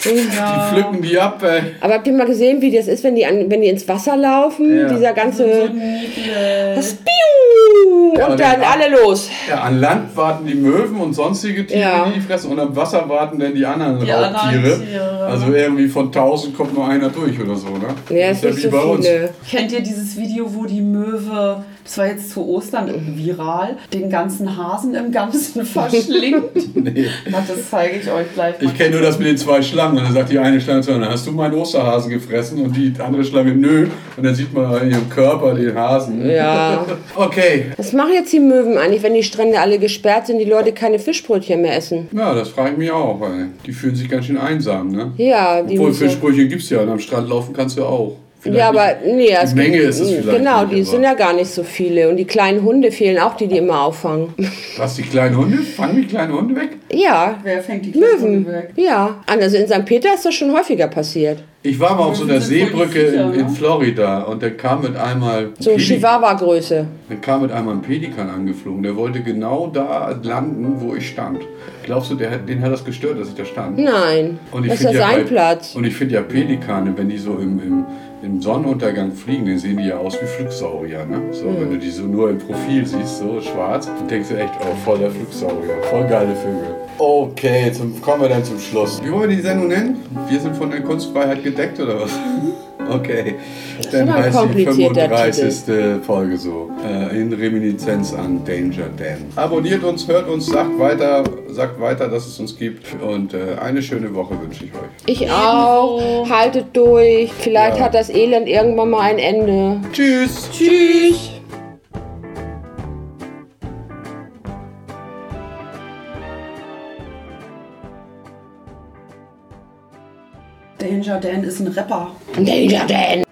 die
Ja.
pflücken die ab, ey.
Aber habt ihr mal gesehen, wie das ist, wenn die, an, wenn die ins Wasser laufen?
Ja.
Dieser
So
ganze...
niedlich.
Piu!
Ja,
und
und
dann
dann ab.
alle los.
Ja, an Land warten die Möwen und sonstige Tiere,
Ja.
die die fressen. Und am Wasser warten dann die anderen
Die anderen
Raubtiere.
Tiere.
Also irgendwie von 1000 kommt nur einer durch oder so, ne?
Ja, ist nicht
wie bei
so
uns.
viele.
Kennt ihr dieses Video, wo die Möwe, das war jetzt zu Ostern viral, den ganzen Hasen im Ganzen verschlingt?
Nee.
Na, das zeige ich euch gleich mal.
Ich kenne nur das mit den zwei Schlangen. Und dann sagt die eine Schlange zu anderen, hast du meinen Osterhasen gefressen? Und die andere Schlange, nö. Und dann sieht man in ihrem Körper den Hasen.
Ja.
Okay.
Was machen jetzt die Möwen eigentlich, wenn die Strände alle gesperrt sind, die Leute keine Fischbrötchen mehr essen?
Ja, das frage ich mich auch. Ey. Die fühlen sich ganz schön einsam, ne?
Ja, die
Obwohl,
müssen-
Fischbrötchen gibt es ja. Und am Strand laufen kannst du ja auch. Vielleicht
Ja, aber
nicht.
nee, es
die Menge
gibt,
ist es vielleicht.
Genau,
nicht,
die
aber-
sind ja gar nicht so viele. Und die kleinen Hunde fehlen auch, die die immer auffangen.
Was, die kleinen Hunde? Fangen die kleinen Hunde weg?
ja,
Wer fängt die Möwen
Möwen.
weg?
Ja. Also in St. Peter ist das schon häufiger passiert.
Ich war mal auf so einer
Sind wohl die
Seebrücke
Viecher,
in, in
ne?
Florida und dann kam mit einmal
So
Peli-
Chihuahua-Größe.
dann kam mit einmal ein Pelikan angeflogen. Der wollte genau da landen, wo ich stand. Glaubst du, der, hat- den hat das gestört, dass ich da stand?
Nein,
Und ich
Hm, das ist ja
find
sein
bei-
Platz.
Und ich finde ja Pelikane, wenn die so im, im, im Sonnenuntergang fliegen, dann sehen die ja aus wie Flugsaurier. Ne? So,
Hm.
Wenn du die so nur im Profil siehst, so schwarz, dann denkst du echt, oh, voll der Flugsaurier. Voll geile Vögel. Okay, zum, kommen wir dann zum Schluss. Wie wollen wir die Sendung nennen? Wir sind von der Kunstfreiheit gedeckt oder was? Okay, dann
aber ein
heißt die
komplizierter
35. Folge so. Äh, in Reminiszenz an Danger Dan. Abonniert uns, hört uns, sagt weiter, sagt weiter, dass es uns gibt. Und äh, eine schöne Woche wünsche ich euch.
Ich auch. Haltet durch. Vielleicht
Ja.
hat das Elend irgendwann mal ein Ende.
Tschüss!
Tschüss.
Danger Dan ist ein Rapper.
Danger Dan.